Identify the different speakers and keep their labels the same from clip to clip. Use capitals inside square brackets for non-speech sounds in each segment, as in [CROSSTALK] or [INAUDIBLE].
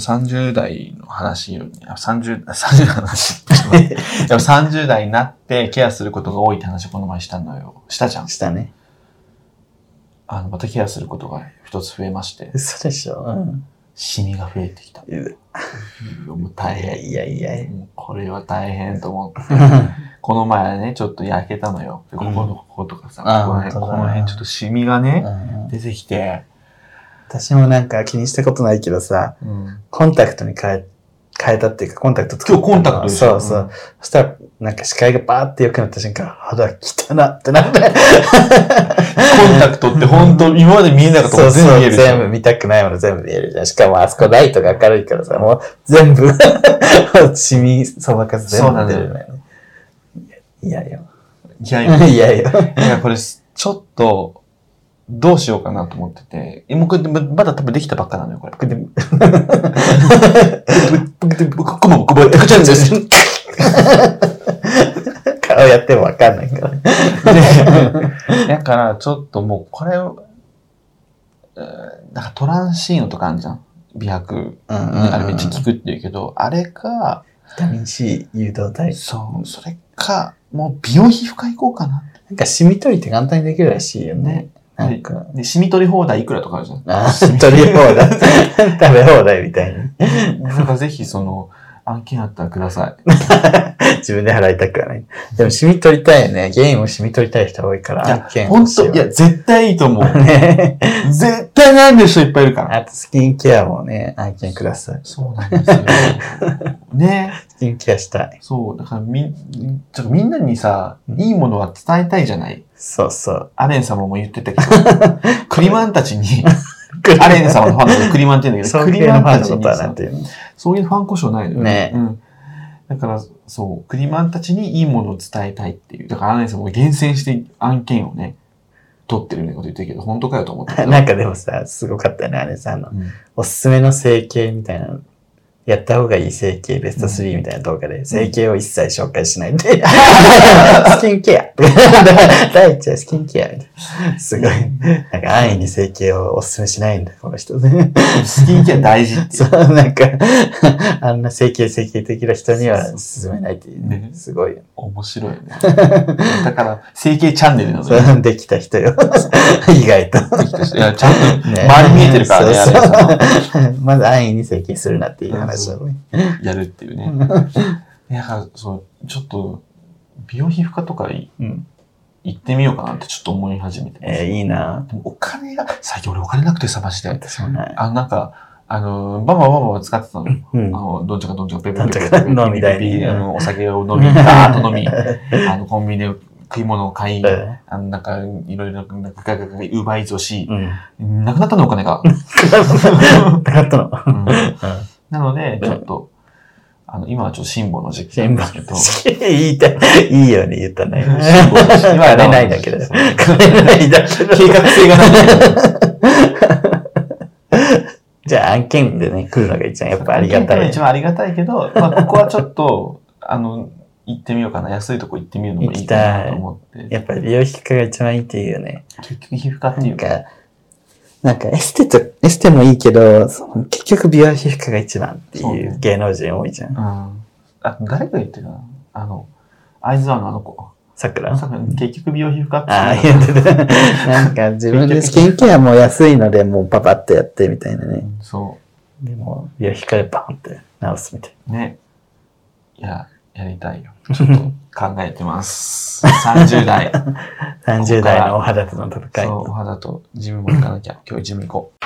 Speaker 1: 30代の話より、あ30、30代の話。でも30代になってケアすることが多いって話をこの前したのよ。したじゃん。
Speaker 2: したね。
Speaker 1: あの、またケアすることが一つ増えまして、
Speaker 2: 嘘でしょ。うん。
Speaker 1: シミが増えてきた。
Speaker 2: う
Speaker 1: もう大変。
Speaker 2: いやいやいや
Speaker 1: もうこれは大変と思って。この前ね、ちょっと焼けたのよ。でここの、
Speaker 2: うん
Speaker 1: こことかさ、
Speaker 2: あ
Speaker 1: ここの辺、
Speaker 2: 本当
Speaker 1: こ
Speaker 2: だ
Speaker 1: の辺ちょっとシミが
Speaker 2: う
Speaker 1: ね、
Speaker 2: ん
Speaker 1: 出てきて、
Speaker 2: [LAUGHS] 私もなんか気にしたことないけどさ、
Speaker 1: うん
Speaker 2: コンタクトに変え、変えたっていうか、コンタクト作
Speaker 1: 今
Speaker 2: っ
Speaker 1: 日
Speaker 2: た
Speaker 1: コンタクトでし
Speaker 2: そ
Speaker 1: ょ
Speaker 2: うそう。。そしたら、なんか視界がバーって良くなった瞬間、肌汚なってなって。
Speaker 1: コンタクトって本当今まで見えなかったも
Speaker 2: そ
Speaker 1: の全部
Speaker 2: うそう
Speaker 1: 見えるじゃ
Speaker 2: 全
Speaker 1: ん
Speaker 2: 部見たくないもの全部見えるじゃん。しかもあそこライトが明るいからさ、もう全部、 [LAUGHS] 染みそばかす全部出るね。いやいや。
Speaker 1: いやいや、
Speaker 2: いやい
Speaker 1: [LAUGHS]
Speaker 2: や。
Speaker 1: いやこれ、ちょっと、どうしようかなと思ってて、今これままだ多分できたばっかなのよ、これ。
Speaker 2: で
Speaker 1: 僕も僕もやってくちゃうんです。で、
Speaker 2: [LAUGHS] 顔やってもわかんないから。
Speaker 1: だからちょっともうこれを、うんなんかトランシーノとかあるじゃん。美白。
Speaker 2: うん
Speaker 1: あれめっちゃ効くって言うけど、あれか、
Speaker 2: ビタミン C 誘導体。
Speaker 1: そう、それか、もう美容皮膚科行こうかな。
Speaker 2: なんかシミ取りって簡単にできるらしいよね。なんか。
Speaker 1: で、シミ取り放題いくらとかあるじゃん。
Speaker 2: あー、取り放題。食べ放題みたいに。
Speaker 1: なんかぜひその、案件あったらください。
Speaker 2: 自分で払いたくはない。でも、染み取りたいよね。ゲインを染み取りたい人多いから、
Speaker 1: いや
Speaker 2: 案件、
Speaker 1: ほん
Speaker 2: 欲し
Speaker 1: と、いや、絶対いいと思う。
Speaker 2: [LAUGHS] わね。
Speaker 1: 絶対悩んでる人いっぱいいるから。
Speaker 2: あと、スキンケアもね、案件ください。
Speaker 1: そうなんですよ。 [LAUGHS] ね。
Speaker 2: スキンケアしたい。
Speaker 1: そう、だからみ、ちょっとみんなにさ、いいものは伝えたいじゃない
Speaker 2: そうそう。
Speaker 1: アレン様も言ってたけど、 [LAUGHS] クリマンたちに、 [LAUGHS] ア
Speaker 2: [LAUGHS]
Speaker 1: レン
Speaker 2: ん。
Speaker 1: 様のファンだとクリマンって言うんだけど、
Speaker 2: ク
Speaker 1: ク
Speaker 2: リ
Speaker 1: リ
Speaker 2: ー
Speaker 1: マ
Speaker 2: の
Speaker 1: ン
Speaker 2: ファン
Speaker 1: た
Speaker 2: の
Speaker 1: ち
Speaker 2: こ
Speaker 1: に
Speaker 2: とはな
Speaker 1: さ
Speaker 2: ん、ていうの
Speaker 1: そういうファン故障ないのよ
Speaker 2: ね
Speaker 1: うん。だから、そう、クリマンたちにいいものを伝えたいっていう。だから、アレンさんも厳選して案件をね、取ってるみたいなこと言ってるけど、本当かよと思ったけ [LAUGHS] ど。
Speaker 2: [LAUGHS] なんかでもさ、すごかったよね、あれさ、あの、
Speaker 1: うん
Speaker 2: おすすめの整形みたいなの。やった方がいい整形ベスト3みたいな動画で、整形を一切紹介しないで、 [LAUGHS] スキンケア [LAUGHS] 第一はスキンケアみたいな。すごい。なんか安易に整形をおすすめしないんだ、この人ね。 [LAUGHS]
Speaker 1: スキンケア大事 [LAUGHS] ってい。
Speaker 2: そうう、なんか、 [LAUGHS] あんな整形整形的な人には勧めないっていうね
Speaker 1: ね。
Speaker 2: すごいよね。
Speaker 1: 面白いよね。だから、整形チャンネルなの
Speaker 2: そ
Speaker 1: よ。
Speaker 2: うできた人よ。 [LAUGHS] 意外と。
Speaker 1: いや、ちゃんと、
Speaker 2: ね
Speaker 1: 周り見えてるからね、
Speaker 2: そう
Speaker 1: あれ
Speaker 2: そうまず安易に整形するなっていう話だ
Speaker 1: [LAUGHS]
Speaker 2: ね。
Speaker 1: やるっていうね。いや、だからそう、ちょっと、美容皮膚科とかい
Speaker 2: うん
Speaker 1: 行ってみようかなってちょっと思い始めてます。
Speaker 2: えーいいな
Speaker 1: でもお金が、最近俺お金なくてさまして。
Speaker 2: 私もない。
Speaker 1: あの、なんか、あの、バンバンバンバン使ってたの。
Speaker 2: うん [LAUGHS]
Speaker 1: あ。の、どんちゃかどんちゃかペペ
Speaker 2: ど
Speaker 1: ペ
Speaker 2: んち
Speaker 1: ペ
Speaker 2: ゃ
Speaker 1: ペ
Speaker 2: か
Speaker 1: ペペペ
Speaker 2: 飲みたいに
Speaker 1: ペペあのお酒を飲み、ガーッと飲み、あの、コンビニで食い物を買い、
Speaker 2: う
Speaker 1: あの、なんか、いろいろ、なんか、ガガガガ、奪いぞし、
Speaker 2: ん。
Speaker 1: なくなったの、お金が。
Speaker 2: なかったの。
Speaker 1: うん
Speaker 2: うん
Speaker 1: なので、
Speaker 2: うん
Speaker 1: ちょっと、あの、今はちょっと辛抱の時期な
Speaker 2: 新
Speaker 1: んですけど、
Speaker 2: 聞のいいって、いいよね、言ったね。
Speaker 1: 辛 [LAUGHS] 抱の時期
Speaker 2: 今はないんだけど。
Speaker 1: そう
Speaker 2: 金ないだけど
Speaker 1: 計画性がない。
Speaker 2: じゃあ案件でね、来るのが一番やっぱありがたい
Speaker 1: 一。番ありがたいけ [LAUGHS] ど、まあ、ここはちょっと、あの、行ってみようかな。安いとこ行ってみるのもいいかなと思って。
Speaker 2: やっぱ美容皮膚科が一番いいっていうよね。
Speaker 1: 結局皮膚科って
Speaker 2: ないん
Speaker 1: うか、
Speaker 2: か、なんかエステと、エステもいいけど、その結局美容皮膚科が一番って
Speaker 1: そう
Speaker 2: い
Speaker 1: ね
Speaker 2: う芸能人多いじゃ。
Speaker 1: うんん。あ、誰が言ってるかなあの、アイズワンのあの子。
Speaker 2: 桜
Speaker 1: まさか結局美容皮膚科って
Speaker 2: ああ、
Speaker 1: 言
Speaker 2: 言
Speaker 1: う
Speaker 2: ってた。なん [LAUGHS] か自分でスキンケアも安いので、もうパパッとやってみたいなね。
Speaker 1: んそ
Speaker 2: でも、美容皮膚科でバーンって直すみたいな。
Speaker 1: う。ね。いや、やりたいよ。ちょっと
Speaker 2: [LAUGHS]
Speaker 1: 考えてます。30代。 [LAUGHS]
Speaker 2: 30代のお肌との戦い。
Speaker 1: そう、お肌とジムも行かなき [LAUGHS] ゃ。今日ジム行こう。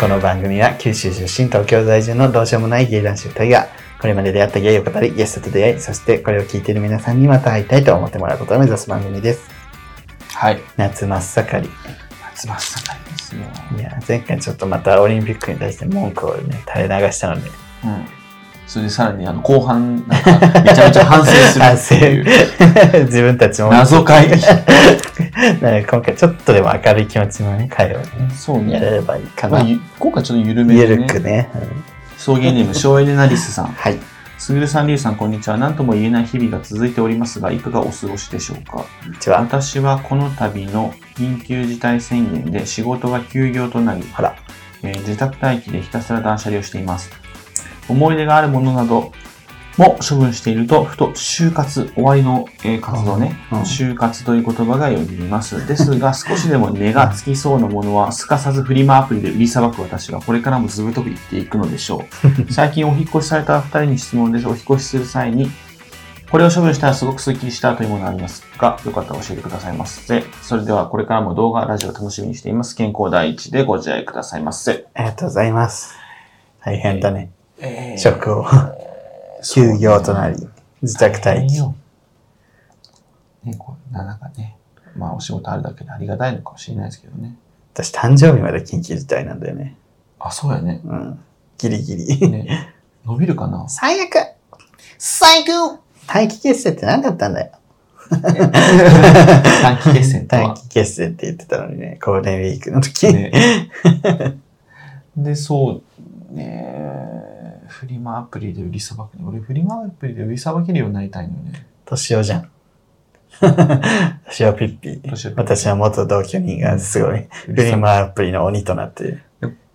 Speaker 2: この番組は九州出身、東京在住のどうしようもないゲイ男子2人が、これまで出会ったゲイを語り、ゲストと出会い、そしてこれを聞いている皆さんにまた会いたいと思ってもらうことを目指す番組です。
Speaker 1: はい。
Speaker 2: 夏真っ盛り。
Speaker 1: 夏真っ盛りですよ。
Speaker 2: いや、前回ちょっとまたオリンピックに対して文句をね、 [LAUGHS] 垂れ流したので、
Speaker 1: うん。それでさらにあの後 [LAUGHS]
Speaker 2: [LAUGHS]
Speaker 1: 半、なんかめちゃめちゃ反省するっていう
Speaker 2: 自分たちも
Speaker 1: [LAUGHS] 謎解。
Speaker 2: なので今回ちょっとでも明るい気持ちのね、会をね、
Speaker 1: そうね。
Speaker 2: やれればいいか
Speaker 1: まあ、
Speaker 2: な。
Speaker 1: ゆ今回ちょっと緩め
Speaker 2: ゆ
Speaker 1: で
Speaker 2: る
Speaker 1: ね。
Speaker 2: くね。
Speaker 1: 草原ネーム、省エネナリスさん
Speaker 2: うん。はい。
Speaker 1: すぐるさん、りゅうさん、こんにちは。何とも言えない日々が続いておりますが、いかがお過ごしでしょうか
Speaker 2: こんにちは。
Speaker 1: 私はこの度の緊急事態宣言で仕事が休業となり、
Speaker 2: ほら。
Speaker 1: えー自宅待機でひたすら断捨離をしています。思い出があるものなども処分していると、ふと就活、終わりの、えー活動ね、
Speaker 2: うん
Speaker 1: 就活という言葉が呼びます。ですが、少しでも値がつきそうなものは、すかさずフリマアプリで売りさばく私は、これからもずぶとく言っていくのでしょ
Speaker 2: [LAUGHS]
Speaker 1: う。最近お引っ越しされた2人に質問です。お引っ越しする際に、これを処分したらすごくスッキリしたというものがありますが、よかったら教えてくださいませ。それでは、これからも動画、ラジオ楽しみにしています。健康第一でご自愛くださいませ。
Speaker 2: ありがとうございます。大変だね。
Speaker 1: え
Speaker 2: 職を、休業となり、自宅待機。
Speaker 1: ね、こうなんかね、まあお仕事あるだけでありがたいのかもしれないですけどね。
Speaker 2: 私、誕生日まで緊急事態なんだよね。
Speaker 1: あ、そうやね。
Speaker 2: うん。ギリギリ。
Speaker 1: ね伸びるかな
Speaker 2: 最悪最悪短期決戦って何だったんだよ。
Speaker 1: 短期決戦と
Speaker 2: 短
Speaker 1: は。
Speaker 2: 期決戦って言ってたのにね、ゴールデンウィークの時。
Speaker 1: ね、で、そう、ね、フリマアプリで売りさばくね。俺、フリマアプリで売りさばけるようになりたいのよね。
Speaker 2: 年をじ
Speaker 1: [LAUGHS]
Speaker 2: ゃん。年をピッピ
Speaker 1: 年をピッピ
Speaker 2: 私は元同居人がすごい、
Speaker 1: フ
Speaker 2: フリマアプリの鬼となって、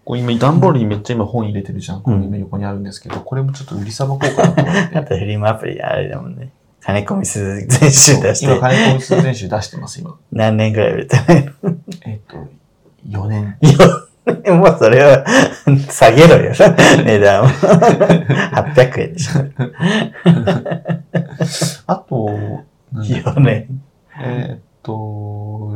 Speaker 1: こう今、段ボールにめっちゃ今本入れてるじゃん。これ今横にあるんですけど、これもちょっと売りさばこうかなと思って
Speaker 2: あ。とフリマアプリあれだもんね。金込み数全集 [LAUGHS] 出し
Speaker 1: 今、
Speaker 2: て、
Speaker 1: 金子数選手出してます、今。
Speaker 2: 何年ぐらい売れてないの
Speaker 1: えっと、4年。
Speaker 2: いや、 [LAUGHS] もうそれは下げろよ、 [LAUGHS] 値段を。800円でしょ。
Speaker 1: あと、なんだっけ
Speaker 2: 4年。
Speaker 1: えーっと、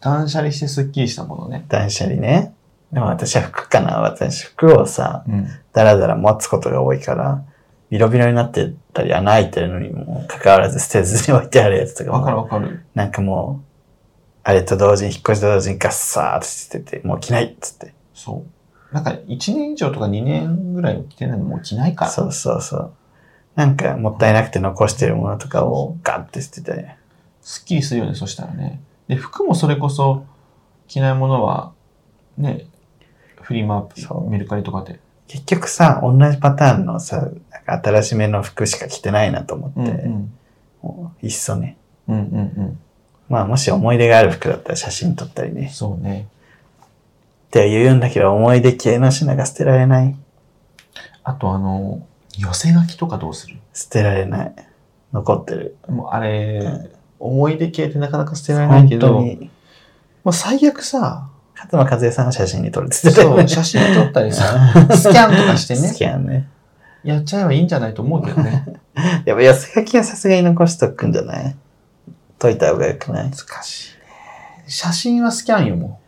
Speaker 1: 断捨離してスッキリしたものね。
Speaker 2: 断捨離ね。でも私は服かな。私服をさ、
Speaker 1: うん。
Speaker 2: だらだら持つことが多いから、ビロビロになってたり穴開いてるのにもかかわらず捨てずに置いてあるやつとか
Speaker 1: わかる
Speaker 2: も、
Speaker 1: わかる。
Speaker 2: なんかもう、あれと同時に、引っ越しと同時にガッサーって捨てて、もう着ないっつって。
Speaker 1: そう。なんか1年以上とか2年ぐらい着てないのもう着ないから。
Speaker 2: そうそうそう。なんかもったいなくて残してるものとかをガッて捨てて。
Speaker 1: すっきりするよね、そしたらね。で、服もそれこそ着ないものは、ね、フリマアプリ
Speaker 2: そ、う
Speaker 1: メルカリとかで。
Speaker 2: 結局さ、同じパターンのさ、なんか新しめの服しか着てないなと思って、
Speaker 1: うんうん。
Speaker 2: もういっそね。
Speaker 1: うんうん
Speaker 2: まあもし思い出がある服だったら写真撮ったり
Speaker 1: うん。
Speaker 2: ね。
Speaker 1: そうね。
Speaker 2: って言うんだけど、思い出系の品が捨てられない。
Speaker 1: あと、あの、寄せ書きとかどうする
Speaker 2: 捨てられない。残ってる。
Speaker 1: もうあ
Speaker 2: う
Speaker 1: れ
Speaker 2: ん、
Speaker 1: 思い出系ってなかなか捨てられない
Speaker 2: 本
Speaker 1: け
Speaker 2: 当
Speaker 1: ど、
Speaker 2: に。
Speaker 1: もう最悪
Speaker 2: [LAUGHS]
Speaker 1: さ、
Speaker 2: 勝間和也さんが写真に撮るって言ってたよ
Speaker 1: そ
Speaker 2: ね
Speaker 1: う、写真撮ったり
Speaker 2: [LAUGHS]
Speaker 1: さ、スキャンとかしてね
Speaker 2: スキャンね。
Speaker 1: やっちゃえばいいんじゃないと思うけどね。
Speaker 2: [LAUGHS] やっぱ寄せ書きはさすがに残しとくんじゃない解いた方がよくない
Speaker 1: 難しいね。写真はスキャンよ、も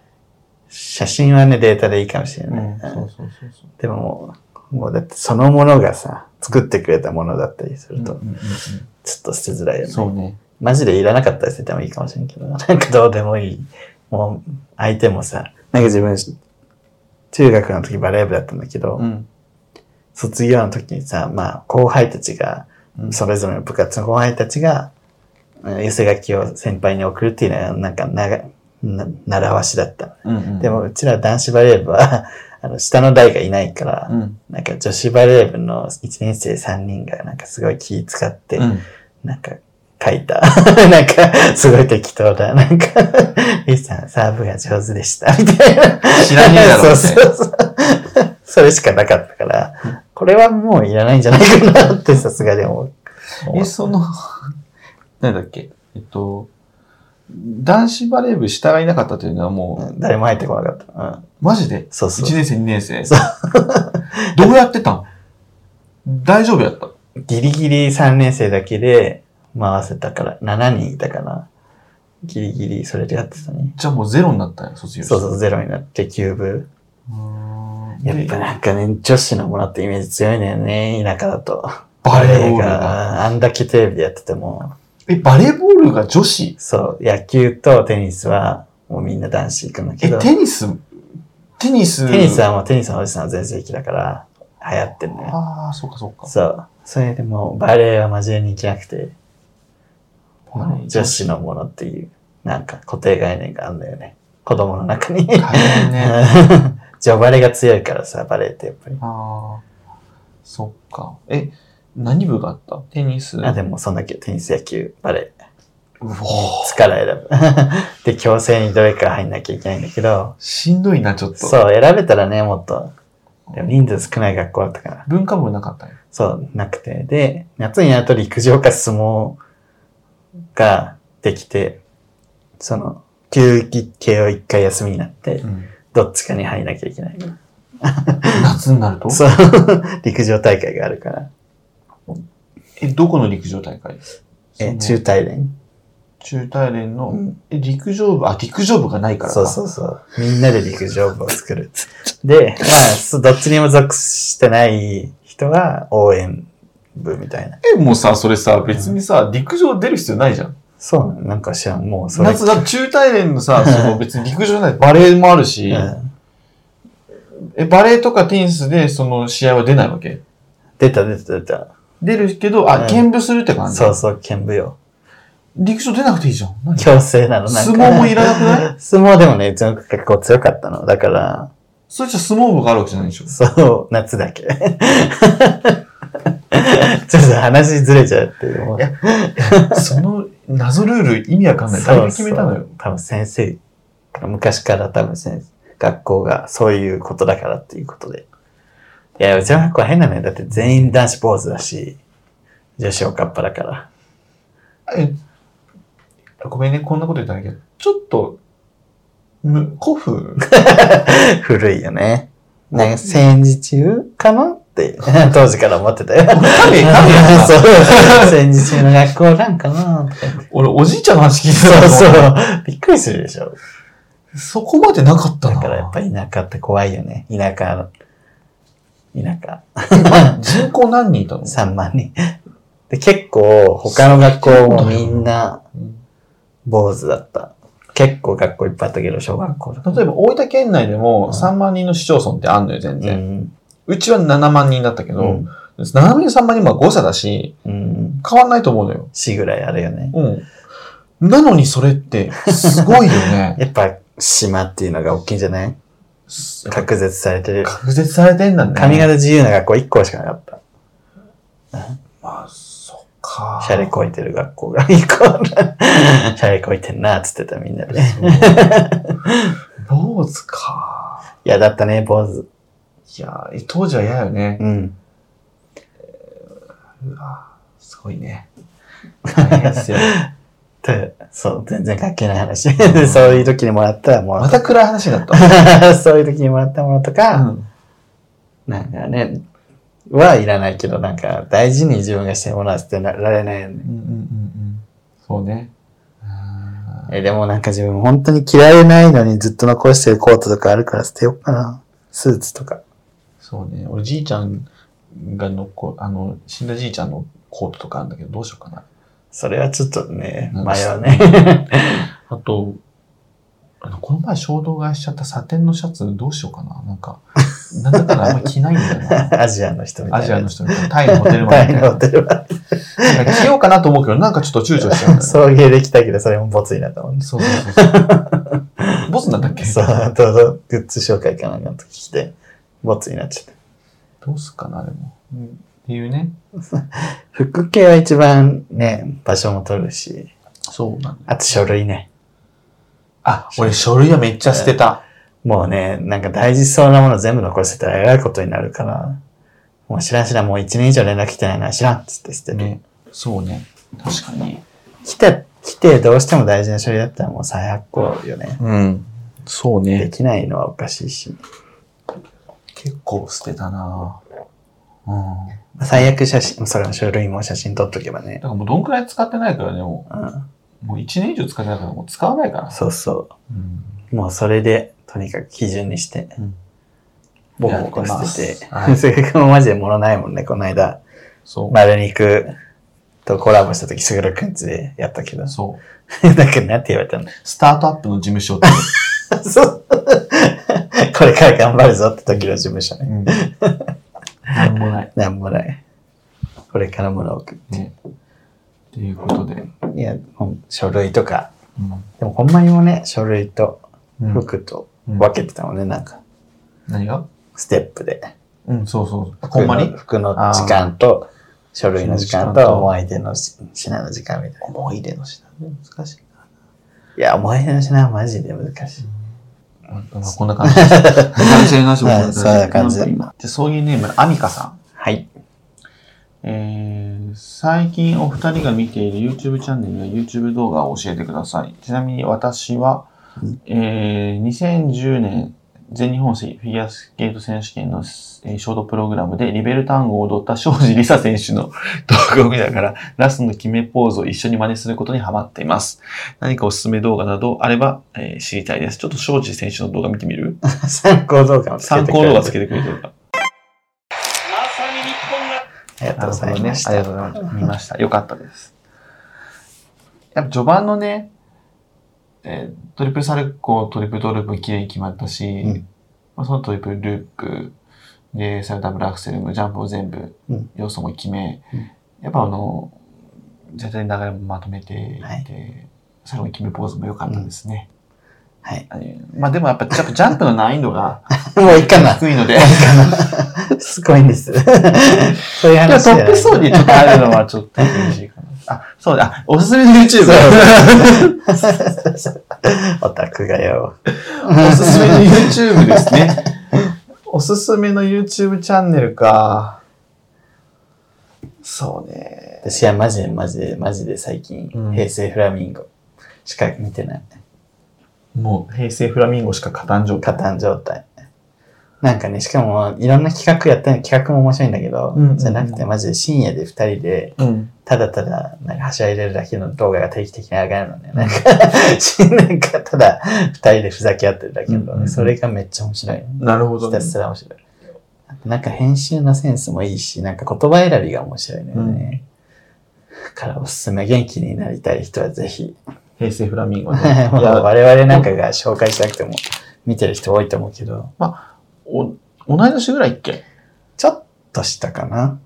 Speaker 2: 写真はね、データでいいかもしれ
Speaker 1: う。
Speaker 2: ない。
Speaker 1: そうそうそうそう。
Speaker 2: でももう、もうだってそのものがさ、作ってくれたものだったりすると、
Speaker 1: うんうんう
Speaker 2: ちょっと捨てづらいよ
Speaker 1: ん
Speaker 2: ね。
Speaker 1: そうね。
Speaker 2: マジでいらなかったら捨ててもいいかもしれんけど、なん [LAUGHS] かどうでもいい。もう、相手もさ、なんか自分、中学の時バレー部だったんだけど、
Speaker 1: うん。
Speaker 2: 卒業の時にさ、まあ、後輩たちが、
Speaker 1: うん
Speaker 2: それぞれの部活の後輩たちが、うん寄せ書きを先輩に送るっていうのは、なんかなが、な、習わしだった。
Speaker 1: うんうん、
Speaker 2: でも、うちら男子バレー部は、 [LAUGHS] あの、下の代がいないから
Speaker 1: う、ん、
Speaker 2: なんか女子バレー部の1年生3人が、なんかすごい気使って、
Speaker 1: うん。
Speaker 2: なんか、書いた。 [LAUGHS] なんか、すごい適当だ。なんか、 [LAUGHS] リスさん、サーブが上手でした。みたいな。
Speaker 1: 知らねえだろって
Speaker 2: そうそうそう。それしかなかったから、これはもういらないんじゃないかなって、さすがでも。
Speaker 1: え、その、 [LAUGHS] なんだっけ、えっと、男子バレー部下がいなかったというのはもう、
Speaker 2: 誰も入ってこなかった。うん。
Speaker 1: マジで
Speaker 2: そう
Speaker 1: 1
Speaker 2: そう。
Speaker 1: 年生、2年生
Speaker 2: そ。
Speaker 1: どうやってたん大丈夫やった
Speaker 2: ギリギリ3年生だけで回せたから、7人いたから、ギリギリそれでやってたね。
Speaker 1: じゃあもうゼロになったよ、卒業
Speaker 2: そう
Speaker 1: う。
Speaker 2: そう、ゼロになって、キューブ。
Speaker 1: うーん
Speaker 2: やっぱなんかね、女子のものってイメージ強いんだよね、田舎だと。
Speaker 1: バレーボールが。
Speaker 2: があんだけテレビでやってても、
Speaker 1: え、バレーボールが女子
Speaker 2: そう、野球とテニスはもうみんな男子行くんだけ
Speaker 1: え、
Speaker 2: ど、
Speaker 1: テニステニス
Speaker 2: テニスはもうテニスのおじさんは全盛期だから流行ってんのよ。
Speaker 1: ああ、そうかそうか。
Speaker 2: そう。それでもうバレエは真面目に行けなくて、
Speaker 1: バレー
Speaker 2: 女子のものっていう。なんか固定概念があるんだよね。子供の中に。
Speaker 1: 大変
Speaker 2: [LAUGHS]
Speaker 1: ね。
Speaker 2: 序バレが強いからさ、バレーってやっぱり。
Speaker 1: ああ、そっか。え、何部があったテニス
Speaker 2: あ、でもそんだけ、テニス、野球、バレー、
Speaker 1: うおー
Speaker 2: 力選ぶ。で、 [LAUGHS] 強制にどれか入んなきゃいけないんだけど、
Speaker 1: しんどいな、ちょっと。
Speaker 2: そう、選べたらね、もっと、でも人数少ない学校だったから、
Speaker 1: 文化部なかったよ。
Speaker 2: そう、なくて。で、夏になると陸上か相撲ができて、その、休憩系を一回休みになって、どっちかに入んなきゃいけない。
Speaker 1: 夏になると
Speaker 2: そう、 [LAUGHS] 陸上大会があるから、
Speaker 1: え、どこの陸上大会そ
Speaker 2: え、
Speaker 1: の
Speaker 2: 中大連。
Speaker 1: 中大連の、え、陸上部、あ、陸上部がないからか。
Speaker 2: そうそうそう。みんなで陸上部を作る。で、まあ、そうどっちにも属してない人は応援部みたいな。
Speaker 1: え、もうさ、それさ、別にさ、陸上出る必要ないじゃん。
Speaker 2: そうなんなんか知らん。もうそれ。
Speaker 1: 夏だ、中大連のさ、その別に陸上じゃない、バレーもあるし、
Speaker 2: うん
Speaker 1: え、バレーとかテニスでその試合は出ないわけ
Speaker 2: 出た出た出た。
Speaker 1: 出るけど、あ、
Speaker 2: うん
Speaker 1: 兼部するって感じ。
Speaker 2: そうそう、剣舞よ。
Speaker 1: 陸上出なくていいじゃん。何
Speaker 2: 強制なのなんか
Speaker 1: 相撲もいらなくない
Speaker 2: [LAUGHS] 相撲でもね、うちの学校強かったの。だから、
Speaker 1: それじゃ相撲部があるわけじゃないでしょ。
Speaker 2: そう、夏だけ。ちょ [LAUGHS] っと話ずれちゃうっていう。もう
Speaker 1: いやその謎ルール意味わかんない。誰が決めたの
Speaker 2: そう
Speaker 1: よ
Speaker 2: そ。う多分先生、昔から多分先生、学校がそういうことだからっていうことで。いや、うちの学校は変なのよ。だって全員男子坊主だし、女子おかっぱだから。 [LAUGHS]
Speaker 1: えごめんね、こんなこと言ったんだけど、ちょっと、む、古
Speaker 2: [LAUGHS]
Speaker 1: 風
Speaker 2: 古いよね。なんか戦時中かなって、 [LAUGHS] 当時から思ってたよ。 [LAUGHS]
Speaker 1: 神、神やな
Speaker 2: そう。戦時中の学校なんかなって。
Speaker 1: 俺、おじいちゃんの話聞いてた
Speaker 2: そう
Speaker 1: の
Speaker 2: そう。びっくりするでしょ。
Speaker 1: そこまでなかった
Speaker 2: だ
Speaker 1: な。
Speaker 2: からやっぱ田舎って怖いよね。田舎の、田舎。
Speaker 1: 人口何人いたの
Speaker 2: 3万人。で、結構、他の学校もみんな坊主だった。結構学校いっぱいあったけど、小学校とか。
Speaker 1: 例えば、大分県内で
Speaker 2: う
Speaker 1: も
Speaker 2: ん
Speaker 1: 3万人の市町村ってあんのよ、全
Speaker 2: う
Speaker 1: 然。
Speaker 2: ん。
Speaker 1: うちは7万人だったけ
Speaker 2: う
Speaker 1: ど、
Speaker 2: ん。
Speaker 1: 7万人3万人は誤差だし、
Speaker 2: うん。
Speaker 1: 変わんないと思うのよ。
Speaker 2: 市ぐらいあるよね。
Speaker 1: うん。なのにそれって、すごいよね。
Speaker 2: [LAUGHS] やっぱ、島っていうのが大きいんじゃない隔絶されてる。
Speaker 1: 隔絶されてんだね。
Speaker 2: 髪型自由な学校1校しかなかった。
Speaker 1: まあ、そっか。
Speaker 2: シャレこいてる
Speaker 1: [LAUGHS]
Speaker 2: 学校が1校だ。シャレこいてんな、つってたみんなで。
Speaker 1: 坊主か。
Speaker 2: いや、だったね、坊主。
Speaker 1: いや、当時は嫌よね。
Speaker 2: うん。
Speaker 1: うわすごいね。大変ですよ。
Speaker 2: [LAUGHS] てそう、全然関係ない話。で [LAUGHS] そういう時にもらったもの
Speaker 1: また暗い話になっ
Speaker 2: [LAUGHS] そういう時にもらったものと
Speaker 1: た。
Speaker 2: か、
Speaker 1: うん。
Speaker 2: なんかね、はいらないけど、なんか大事に自分がしてもらってなられないよね。
Speaker 1: うんうんうんうん。そうね。あー
Speaker 2: えでもなんか自分本当に着られないのにずっと残してるコートとかあるから捨てようかな。スーツとか。
Speaker 1: そうね。俺じいちゃんがのこ、あの、死んだじいちゃんのコートとかあるんだけど、どうしようかな。
Speaker 2: それはちょっとね、
Speaker 1: うん
Speaker 2: 迷うね。 [LAUGHS]
Speaker 1: あと、あの、この前衝動買いしちゃったサテンのシャツどうしようかな。なんか、なんだかんだあんま着ないんだよ
Speaker 2: [LAUGHS]
Speaker 1: な。
Speaker 2: アジアの人みたいな。
Speaker 1: アジアの人みたいな。タイのホテルマンみ
Speaker 2: タ
Speaker 1: たい
Speaker 2: イ
Speaker 1: な
Speaker 2: の。ホテルは。
Speaker 1: なんか着ようかなと思うけど、なんかちょっと躊躇しちゃうんだよね。
Speaker 2: 送迎できたけど、それもボツになったもんね。
Speaker 1: そうそうそう。ボスなんだっけ
Speaker 2: そう、どうぞ、グッズ紹介かなんかの時来て、ボツになっちゃった。
Speaker 1: どうすっかな、でも。っていうね。
Speaker 2: 服系は一番ね、場所も取るし、
Speaker 1: そうなんだ。
Speaker 2: あと書類ね。
Speaker 1: あ、俺書類はめっちゃ捨てた。
Speaker 2: もうね、なんか大事そうなもの全部残してたら偉いことになるから、もう知らん知らん、もう一年以上連絡来てないな、知らんっつって捨てる。
Speaker 1: ね。そうね。確かに。
Speaker 2: 来て、来てどうしても大事な書類だったらもう再発行よね。
Speaker 1: うん。そう
Speaker 2: で
Speaker 1: ね。
Speaker 2: きないのはおかしいし。
Speaker 1: 結構捨てたなうん。だ
Speaker 2: 最悪写真、それも書類も写真撮っとけばね。
Speaker 1: からもうどんくらい使ってないからね、も
Speaker 2: うん。
Speaker 1: う。もう1年以上使ってないから、もう使わないからさ。
Speaker 2: そうそ
Speaker 1: うん。
Speaker 2: う。もうそれで、とにかく基準にして、ボコボコしてて。
Speaker 1: はい
Speaker 2: [LAUGHS] それがもうマジで物ないもんね、この間。
Speaker 1: そ
Speaker 2: 丸肉とコラボした時、すぐろくんちでやったけど [LAUGHS]
Speaker 1: う。。そう。
Speaker 2: だからなんて言われたの
Speaker 1: スタートアップの事務所 [LAUGHS] って。
Speaker 2: [LAUGHS] そう。これから頑張るぞって時の事務所
Speaker 1: う
Speaker 2: ね。
Speaker 1: ん。なんもない。
Speaker 2: なんもない。これからもらおうく。
Speaker 1: ね。っていうことで。
Speaker 2: いや、本書類とか、でもほんまにもね、書類と
Speaker 1: うん
Speaker 2: 服と
Speaker 1: うん
Speaker 2: 分けてたもんね、なんか、
Speaker 1: 何が
Speaker 2: ステップで。
Speaker 1: うん、そうそう。ほんまに
Speaker 2: 服の服の時間と、書類の時
Speaker 1: 書
Speaker 2: 間
Speaker 1: 類の時間と
Speaker 2: と、思い出のし品の時間みたいな。
Speaker 1: 思い出の品ね、難しい
Speaker 2: いや、思い出の品はマジで難しい。
Speaker 1: な。まあこんな [LAUGHS] 感じです。男性の話も
Speaker 2: はいそういう感じ
Speaker 1: で。今じゃあそういうネーム、アミカさん。
Speaker 2: はい。
Speaker 1: えー最近お二人が見ている YouTube チャンネルや YouTube 動画を教えてください。ちなみに私は、えー2010年全日本フィギュアスケート選手権の、えーショートプログラムでリベルタンゴを踊った庄司梨沙選手の [LAUGHS] 動画を見ながらラストの決めポーズを一緒に真似することにハマっています。何かおすすめ動画などあれば、えー知りたいです。ちょっと庄司選手の動画見てみる
Speaker 2: [LAUGHS] 参考動画をつ
Speaker 1: 参
Speaker 2: けてくれ
Speaker 1: 考動画つ
Speaker 2: て。
Speaker 1: けてくれてるか。なるほどねありがとうございま
Speaker 2: ありがとうございました。
Speaker 1: す。見ました。よかったです。やっぱ序盤のね、えートリプルサルコー、トリプルトーループ綺麗に決まったし、
Speaker 2: うん
Speaker 1: まあ、そのトリプルループ、で、サルダブルアクセルもジャンプを全部
Speaker 2: うん、
Speaker 1: 要素も決め、
Speaker 2: うん
Speaker 1: やっぱあの、全体の流れもまとめていて、
Speaker 2: はい
Speaker 1: 最後に決めポーズも良かったですね。
Speaker 2: はい。
Speaker 1: あれまあでもやっぱちょっとジャンプの難易度
Speaker 2: [LAUGHS]
Speaker 1: が
Speaker 2: もういいかな。
Speaker 1: 低いので、
Speaker 2: [LAUGHS] すごいんです。そういう
Speaker 1: いや、
Speaker 2: 話
Speaker 1: ト
Speaker 2: じゃない
Speaker 1: ップ層にちょっとあるのはちょっと厳しいかな。あ、そうだ、あおすすめの YouTube。 [LAUGHS]
Speaker 2: オタクがよ。
Speaker 1: おすすめの YouTube ですね。おすすめの YouTube チャンネルか。そうね。
Speaker 2: 私はマジでマジでマジで最近、
Speaker 1: うん
Speaker 2: 平成フラミンゴしか見てない。
Speaker 1: もう、平成フラミンゴしか勝たん状
Speaker 2: 加担状態。なんかね、しかもいろんな企画やったの企画も面白いんだけど、
Speaker 1: うんうんうん
Speaker 2: じゃなくてマジで深夜で二人で、
Speaker 1: うん。
Speaker 2: ただただ、なんかはしゃいでるだけの動画が定期的に上がるのね。
Speaker 1: [LAUGHS]
Speaker 2: なんか、しなんかただ二人でふざけ合ってるだけの動画、
Speaker 1: うんうんうん
Speaker 2: それがめっちゃ面白い。
Speaker 1: なるほ
Speaker 2: ひたすら面白い。なんか編集のセンスもいいし、なんか言葉選びが面白いのよね。だからおすすめ、元気になりたい人はぜひ。
Speaker 1: 平成フラミンゴ
Speaker 2: [LAUGHS]
Speaker 1: ね。い
Speaker 2: もう
Speaker 1: [LAUGHS] や、
Speaker 2: 我々なんかが紹介しなくても見てる人多いと思うけど、
Speaker 1: お同い年ぐらいっけ
Speaker 2: ちょっとしたかな。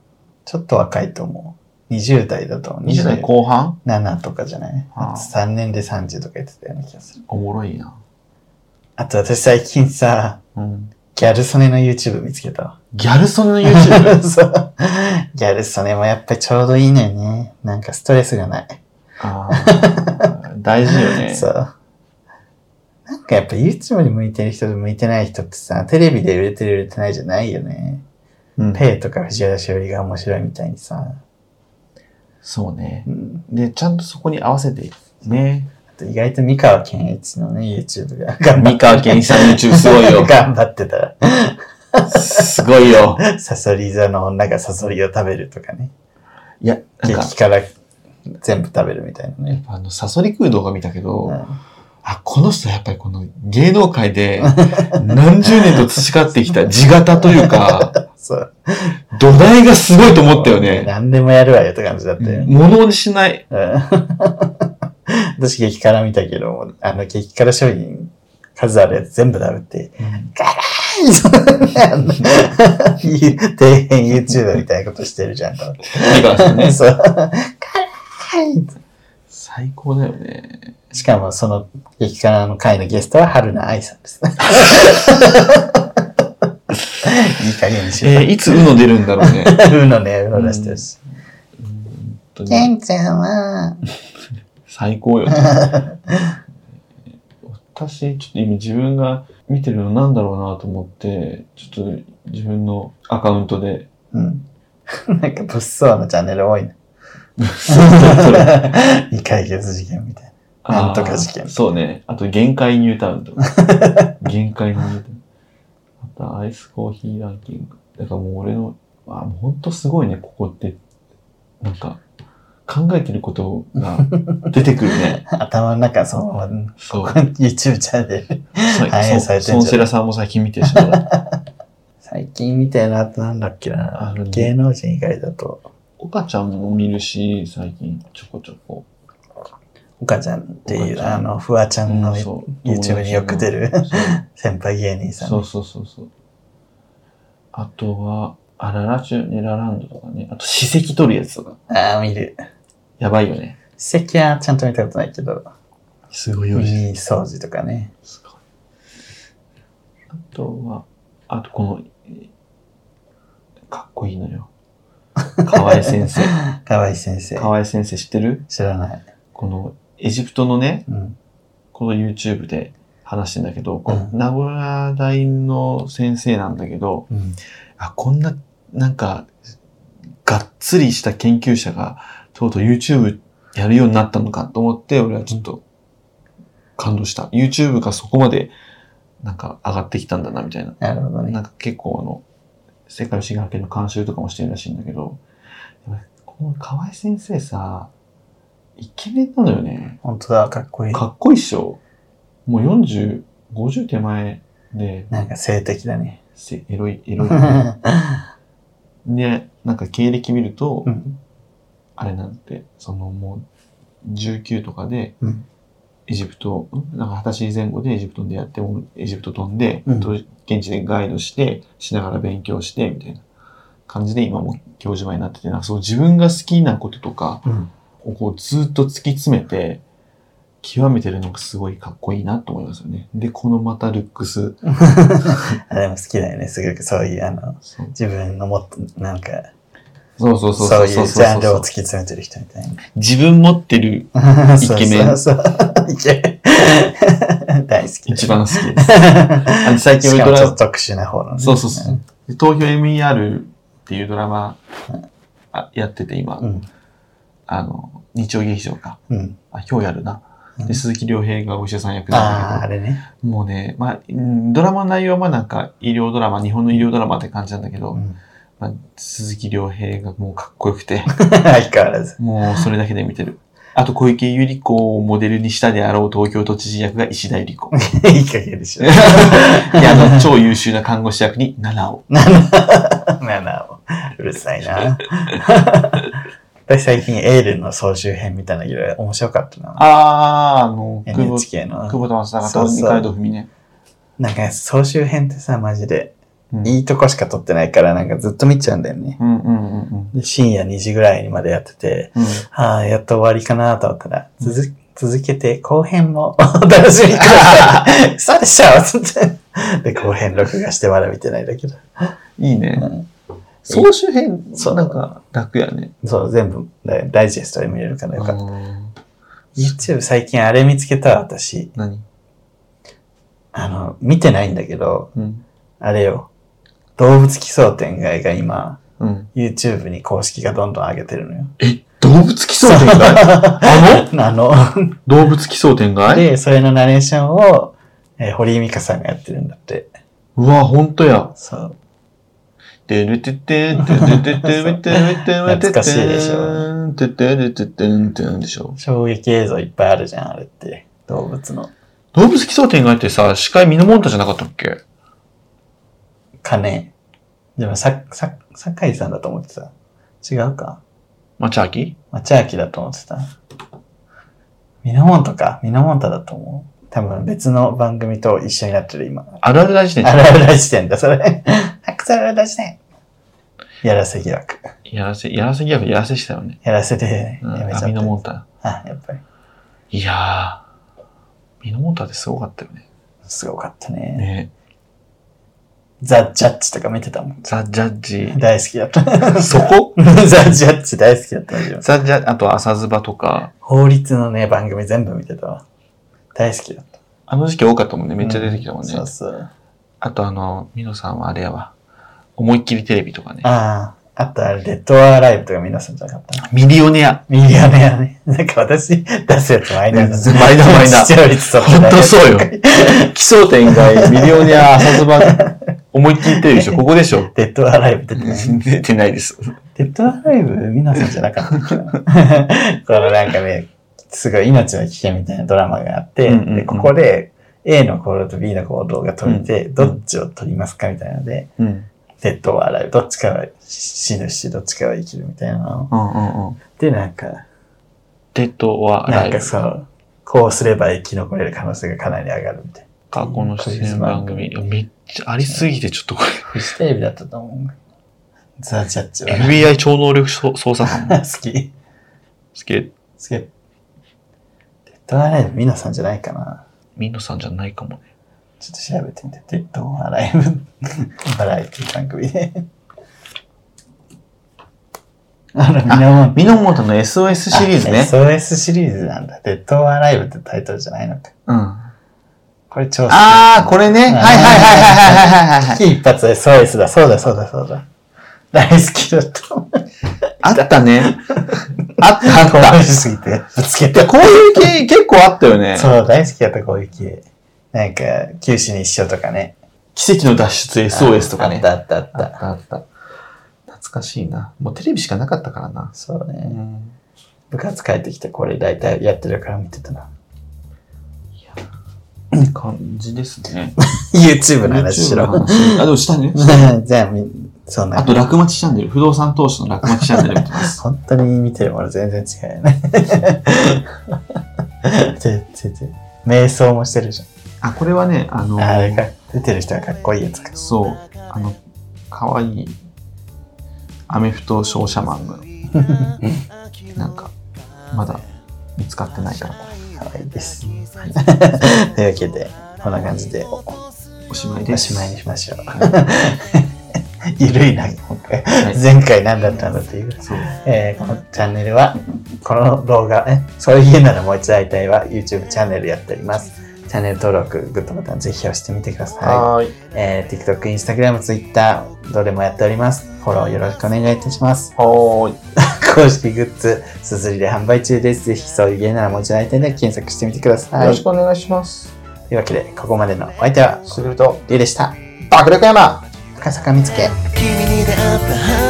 Speaker 2: ちょっと若いと思う。20代だと思う。
Speaker 1: ?20 代後半
Speaker 2: 27とかじゃない
Speaker 1: ああ
Speaker 2: ?3 年で30とか言ってたような気がする。
Speaker 1: おもろいな。
Speaker 2: あと私最近さ、
Speaker 1: うん。
Speaker 2: ギャル曽根の YouTube 見つけたわ。
Speaker 1: ギャルソンの [LAUGHS] YouTube?
Speaker 2: [LAUGHS] そう。ギャル曽根もやっぱりちょうどいいのよね。なんかストレスがない。
Speaker 1: あー大事よね。
Speaker 2: そう。なんかやっぱ YouTube に向いてる人と向いてない人ってさ、テレビで売れてる売れてないじゃないよね。
Speaker 1: うん
Speaker 2: ペイとか藤原しおりが面白いみたいにさ。
Speaker 1: そうね
Speaker 2: う。ん。
Speaker 1: で、ちゃんとそこに合わせて、ね。
Speaker 2: あと意外と三河健一のね、YouTube が頑張っ。
Speaker 1: [LAUGHS] 三河健一さんの YouTube すごいよ
Speaker 2: [LAUGHS] 頑張ってたら、
Speaker 1: すごいよ。
Speaker 2: サソリ座の女がサソリを食べるとかね。
Speaker 1: いや、なんか、
Speaker 2: 激辛全部食べるみたいなね。
Speaker 1: あの、サソリ食う動画見たけど、
Speaker 2: うん
Speaker 1: あ、この人やっぱりこの芸能界で何十年と培ってきた地型という
Speaker 2: [LAUGHS]
Speaker 1: か、
Speaker 2: そう。
Speaker 1: 土台がすごいと思ったよね。
Speaker 2: 何でもやるわよって感じだったよね。
Speaker 1: 物にしない。
Speaker 2: うん [LAUGHS] 私激辛見たけど、あの激辛商品数あるやつ全部食べて、辛い底辺 YouTuber みたいなことしてるじゃん。と
Speaker 1: 三河さんね。
Speaker 2: [LAUGHS] そう辛い
Speaker 1: 最高だよね。
Speaker 2: しかもその激辛の会のゲストは春菜愛さんです。いい加減にしろ。
Speaker 1: えーいつうの出るんだろうね。
Speaker 2: うのね、うの出してるし。
Speaker 1: 本当
Speaker 2: [LAUGHS]
Speaker 1: に
Speaker 2: ケンちゃんは、
Speaker 1: 最高
Speaker 2: [LAUGHS]
Speaker 1: よね。私、ちょっと今自分が見てるのなんだろうなと思って、ちょっと自分のアカウント
Speaker 2: [LAUGHS]
Speaker 1: で、
Speaker 2: うん。なんか物騒なチャンネル多いな。 [LAUGHS] 未解決事件みたいな。なんとか事件
Speaker 1: あーそうね。あと、限界ニュータウンと
Speaker 2: [LAUGHS]
Speaker 1: か。限界ニュータウン。あと、アイスコーヒーランキング。だからもう俺の、あーもうほんとすごいね、ここって。なんか、考えてること
Speaker 2: [LAUGHS]
Speaker 1: が出てくるね。
Speaker 2: 頭の中そのまま
Speaker 1: そう。
Speaker 2: YouTube チャンネル。
Speaker 1: そう
Speaker 2: 反映されてんじゃ
Speaker 1: ソ
Speaker 2: ん
Speaker 1: ンセラさんも最近見て
Speaker 2: [LAUGHS]
Speaker 1: るしまだ。
Speaker 2: 最近みたいなとなんだっけ
Speaker 1: あ
Speaker 2: な
Speaker 1: るね。
Speaker 2: 芸能人以外だと、
Speaker 1: 岡ちゃんも見るし、最近、ちょこちょこ。
Speaker 2: 岡ちゃんってい
Speaker 1: 岡
Speaker 2: う、
Speaker 1: ちゃん
Speaker 2: あの、フワちゃんの
Speaker 1: そう
Speaker 2: YouTube によく出る
Speaker 1: 友達のそう
Speaker 2: 先輩芸人さん
Speaker 1: そ
Speaker 2: [LAUGHS] ね。
Speaker 1: うそうそうそう。あとは、アララチュネラランドとかね。あと、史跡取るやつとか。
Speaker 2: ああ、見る。
Speaker 1: やばいよね。
Speaker 2: 史跡はちゃんと見たことないけど、
Speaker 1: すごい用意して
Speaker 2: 耳掃除とかね。
Speaker 1: る。すごい。あとは、あとこの、えかっこいいの
Speaker 2: [LAUGHS]
Speaker 1: よ。河合先生。
Speaker 2: 河合先生。
Speaker 1: 河合先生知ってる
Speaker 2: 知らない。
Speaker 1: このエジプトのね、
Speaker 2: うん。
Speaker 1: この YouTube で話してんだけど、こ
Speaker 2: うん
Speaker 1: う名古屋大の先生なんだけど、
Speaker 2: うん。
Speaker 1: あ、こんな、なんか、がっつりした研究者が、とうとう YouTube やるようになったのかと思って、俺はちょっと感動した。YouTube がそこまで、なんか上がってきたんだな、みたいな。
Speaker 2: なるほどね。
Speaker 1: なんか結構あの、世界進学の監修とかもしてるらしいんだけど、やっぱりこの河合先生さ、イケメンなのよね。
Speaker 2: 本当だ、かっこいい。
Speaker 1: かっこいいっしょ。もう40、50手前で、
Speaker 2: なんか性的だね。
Speaker 1: せエロい、
Speaker 2: [LAUGHS]
Speaker 1: エロい。
Speaker 2: う
Speaker 1: で、なんか経歴見ると、
Speaker 2: ん。
Speaker 1: あれなんて、そのもう、19とかで
Speaker 2: うん、
Speaker 1: エジプト、んなんか二十歳前後でエジプトでやって、もうエジプト飛んで、
Speaker 2: うん
Speaker 1: と現地でガイドして、しながら勉強して、みたいな感じで今も教授前になってて、なんかそう自分が好きなこととか
Speaker 2: うん。
Speaker 1: [LAUGHS]
Speaker 2: [LAUGHS]
Speaker 1: をこうずっと突き詰めて、極めてるのがすごいかっこいいなと思いますよね。で、このまたルックス、
Speaker 2: あでも好きだよね、すごくそういう、あの、
Speaker 1: そう
Speaker 2: 自分のもっと、なんか、
Speaker 1: そうそうそう
Speaker 2: そう
Speaker 1: そ
Speaker 2: いううジ
Speaker 1: そう
Speaker 2: ャンルを突き詰めてる人みたい
Speaker 1: 自分持ってる
Speaker 2: な。
Speaker 1: イケメン
Speaker 2: [LAUGHS] そうそうそう。イケ [LAUGHS] メン。大好き。 [LAUGHS]
Speaker 1: 一番。好きです。
Speaker 2: あ
Speaker 1: 最近ウ
Speaker 2: し
Speaker 1: ル
Speaker 2: か
Speaker 1: ト
Speaker 2: も
Speaker 1: ラ
Speaker 2: ちょっと特殊な方のね。
Speaker 1: そうそうそう。で東京 MER っていうドラマ、あやってて今、
Speaker 2: うん。
Speaker 1: あの、日曜劇場か。
Speaker 2: うん。
Speaker 1: あ、今日やるな。
Speaker 2: うん
Speaker 1: で、鈴木亮平がお医者さん役な
Speaker 2: あ
Speaker 1: ん
Speaker 2: あ、あ
Speaker 1: だ
Speaker 2: れね。
Speaker 1: けど、もうね、まあ、うんドラマの内容はまあなんか医療ドラマ、日本の医療ドラマって感じなんだけど、
Speaker 2: うん [LAUGHS]
Speaker 1: まあ、鈴木亮平がもうかっこよくて、
Speaker 2: 相変わらず。
Speaker 1: もうそれだけで見てる。あと、小池百合子をモデルにしたであろう東京都知事役が石田百合子。
Speaker 2: いい加減でしょ
Speaker 1: で。あの、超優秀な看護師役に奈良尾。
Speaker 2: ななもうるさいな。私最近エールの総集編みたいなのいろいろ面白かったな。
Speaker 1: あー、あの、久保
Speaker 2: NHK の。
Speaker 1: 久保田正
Speaker 2: そう
Speaker 1: 孝と
Speaker 2: そう
Speaker 1: 二階堂ふみね。
Speaker 2: なんか総集編ってさ、マジで、
Speaker 1: うん
Speaker 2: いいとこしか撮ってないから、なんかずっと見ちゃうんだよね。
Speaker 1: うんうんうんうん。
Speaker 2: で深夜2時ぐらいにまでやってて、
Speaker 1: うん
Speaker 2: ああ、やっと終わりかなと思ったら、続続けて後編も [LAUGHS] お楽しみください。そうでしょつってで、後編録画してまだ見てないんだけど。
Speaker 1: いいね
Speaker 2: う。ん
Speaker 1: 総集編、
Speaker 2: そう
Speaker 1: なんか楽やね。
Speaker 2: そう、全部ダイダイジェストで見れるからよかった。
Speaker 1: うん
Speaker 2: YouTube 最近あれ見つけたわ私。
Speaker 1: 何
Speaker 2: あの、見てないんだけど、
Speaker 1: うん。
Speaker 2: あれよ。動物奇想天外が今、
Speaker 1: うん。
Speaker 2: YouTube に公式がどんどん上げてるのよ。
Speaker 1: え、動物奇想天外あ
Speaker 2: の [LAUGHS] あ
Speaker 1: 動物奇想天
Speaker 2: の、
Speaker 1: 外
Speaker 2: で、それのナレーションを、えー堀井美香さんがやってるんだって。
Speaker 1: うわ、ほんとや。
Speaker 2: そう。
Speaker 1: てるててん、てるててん、てるててん、
Speaker 2: 懐かしいでし
Speaker 1: ょ。ててるててん、てんでしょ。
Speaker 2: 衝撃映像いっぱいあるじゃん、あれって。動物の。
Speaker 1: 動物奇想天外ってさ、司会ミノモンタじゃなかったっけ
Speaker 2: 金。でも、さ、さ、酒井さんだと思ってた。違うか。
Speaker 1: マチャーキ
Speaker 2: 町明だと思ってた。ミノモントか。ミノモンタだと思う。多分別の番組と一緒になってる、今。
Speaker 1: あるある大事
Speaker 2: あ
Speaker 1: 典
Speaker 2: らあら時点だ、それ。あくそらら時点。やらせ疑惑。
Speaker 1: やらせ、やらせ疑惑やらせしたよね。
Speaker 2: やらせで
Speaker 1: うん、
Speaker 2: やめちゃっ
Speaker 1: あ
Speaker 2: た。
Speaker 1: ミノモンタ。
Speaker 2: あ、やっぱり。
Speaker 1: いやー、ミノモンタってすごかったよね。
Speaker 2: すごかったね。
Speaker 1: ね
Speaker 2: ザ・ジャッジとか見てたもん。
Speaker 1: ザ・ジャッジ。 [LAUGHS]
Speaker 2: 大好きだった。
Speaker 1: そこ
Speaker 2: [LAUGHS] ザ・ジャッジ大好きだったんだよ。
Speaker 1: ザ・ジャッジ、あと朝ズバとか、
Speaker 2: 法律のね、番組全部見てたわ。大好きだった。
Speaker 1: あの時期多かったもんね。めっちゃ出てきたもんね。
Speaker 2: そうそう。
Speaker 1: あとあの、ミノさんはあれやわ。思いっきりテレビとかね。
Speaker 2: ああ、あとあれ、デッド・アライブとか見なさんじゃなかった。
Speaker 1: ミリオネア。
Speaker 2: ミリオネアね。 [LAUGHS] なんか私、出すやつマイナーだな
Speaker 1: マイナーマイナー
Speaker 2: 視聴率と
Speaker 1: ほんとそうよ。 [LAUGHS] 奇想天外、ミリオネア、朝ズバ、思いっきりテレビでしょ。ここでしょ。
Speaker 2: [LAUGHS] デッド・アライブ出てない。
Speaker 1: 出てないです。
Speaker 2: デッドアライブ、ミナさんじゃなか
Speaker 1: [LAUGHS]
Speaker 2: ったっけなこのなんかね、すごい命の危険みたいなドラマがあって、
Speaker 1: うんうんうん
Speaker 2: で、ここで A の行動と B の行動が取れて、
Speaker 1: ん
Speaker 2: どっちを取りますかみたいなので、
Speaker 1: うん。うん
Speaker 2: デッドアライブ、どっちかは死ぬし、どっちかは生きるみたいなの。
Speaker 1: うんうん。
Speaker 2: で、なんか、
Speaker 1: デッドは
Speaker 2: な
Speaker 1: ラ
Speaker 2: ん
Speaker 1: イ
Speaker 2: か
Speaker 1: ブ。
Speaker 2: そう、こうすれば生き残れる可能性がかなり上がるみたいな。
Speaker 1: 過去の出演番組。いやめっちゃありすぎて、ちょっとこ
Speaker 2: フジテレビだったと思う。ザ・ジャッジ
Speaker 1: れ。
Speaker 2: は
Speaker 1: FBI 超能力捜査官も
Speaker 2: 好き。
Speaker 1: 好き。
Speaker 2: すげえ。デッ隣ライブ皆さんじゃないかな。
Speaker 1: ミノさんじゃないかもね。
Speaker 2: ちょっと調べてみて、デッドオンアライブ、 [LAUGHS] バラエティ番組で。あら、みなもん。
Speaker 1: ミノモンタの SOS シリーズね。
Speaker 2: SOS シリーズなんだ。デッドオンアライブってタイトルじゃないのか。
Speaker 1: うん。あ
Speaker 2: これ超好き
Speaker 1: あー、これね。はいはいはいはいはいはいはい。
Speaker 2: 危機一発 SOS だ。そうだそうだそうだ。大好きだった。
Speaker 1: あったね。あったあった。
Speaker 2: 楽し
Speaker 1: い
Speaker 2: すぎて、ぶつけて
Speaker 1: や、。こういう系結構あったよね。
Speaker 2: そう、大好きだった、攻撃。なんか、九死に一生とかね。
Speaker 1: 奇跡の脱出 SOS とかね。
Speaker 2: あったあったあ
Speaker 1: あ
Speaker 2: っ
Speaker 1: ったあった。懐かしいな。もうテレビしかなかったからな
Speaker 2: た。。そう
Speaker 1: う
Speaker 2: ね。
Speaker 1: ん。
Speaker 2: 部活帰ってきて、これ大体やってるから見てたな。
Speaker 1: 感じですね。
Speaker 2: YouTube の話し
Speaker 1: YouTube の
Speaker 2: ろ。
Speaker 1: 話あ、でもしたね。 [LAUGHS]
Speaker 2: じゃあ、みそんな。
Speaker 1: あと、落町チャンネル。不動産投資の落町チャンネル見てます。
Speaker 2: 本当に見てるもの全然違うよね。全然。瞑想もしてるじ
Speaker 1: [LAUGHS] あ、これはね、あ
Speaker 2: ゃ
Speaker 1: の
Speaker 2: ん。あれか、出てる人はかっこいいやつか。
Speaker 1: そう、あの、かわいい、アメフト商社マ [LAUGHS] ンが、なんか、まだ見つかってないから、
Speaker 2: かわいいです。
Speaker 1: [LAUGHS]
Speaker 2: というわけで、こんな感じでお
Speaker 1: おしまい
Speaker 2: お
Speaker 1: です。
Speaker 2: しまいにしましょう。ゆるいな、今回
Speaker 1: はい。
Speaker 2: 前回何だったんだっていう。
Speaker 1: そう。
Speaker 2: えーこのチャンネルは、この動画、えそういうならもう一度会いたいは YouTube チャンネルやっております。チャンネル登録、グッドボタンぜひ押してみてくださ
Speaker 1: はい。
Speaker 2: い。えー TikTok、Instagram、Twitter、どれもやっております。フォローよろしくお願いいたします。
Speaker 1: はーい。
Speaker 2: 公式グッズ、すずりで販売中です。ぜひそういう芸ならもう一度会いたいで検索してみてくださ
Speaker 1: よろ
Speaker 2: い。
Speaker 1: しくお願いします。
Speaker 2: というわけで、ここまでのお相手は、
Speaker 1: すると、
Speaker 2: りゅうでした。
Speaker 1: 爆力山
Speaker 2: 高坂みつけ。
Speaker 3: 君に出会った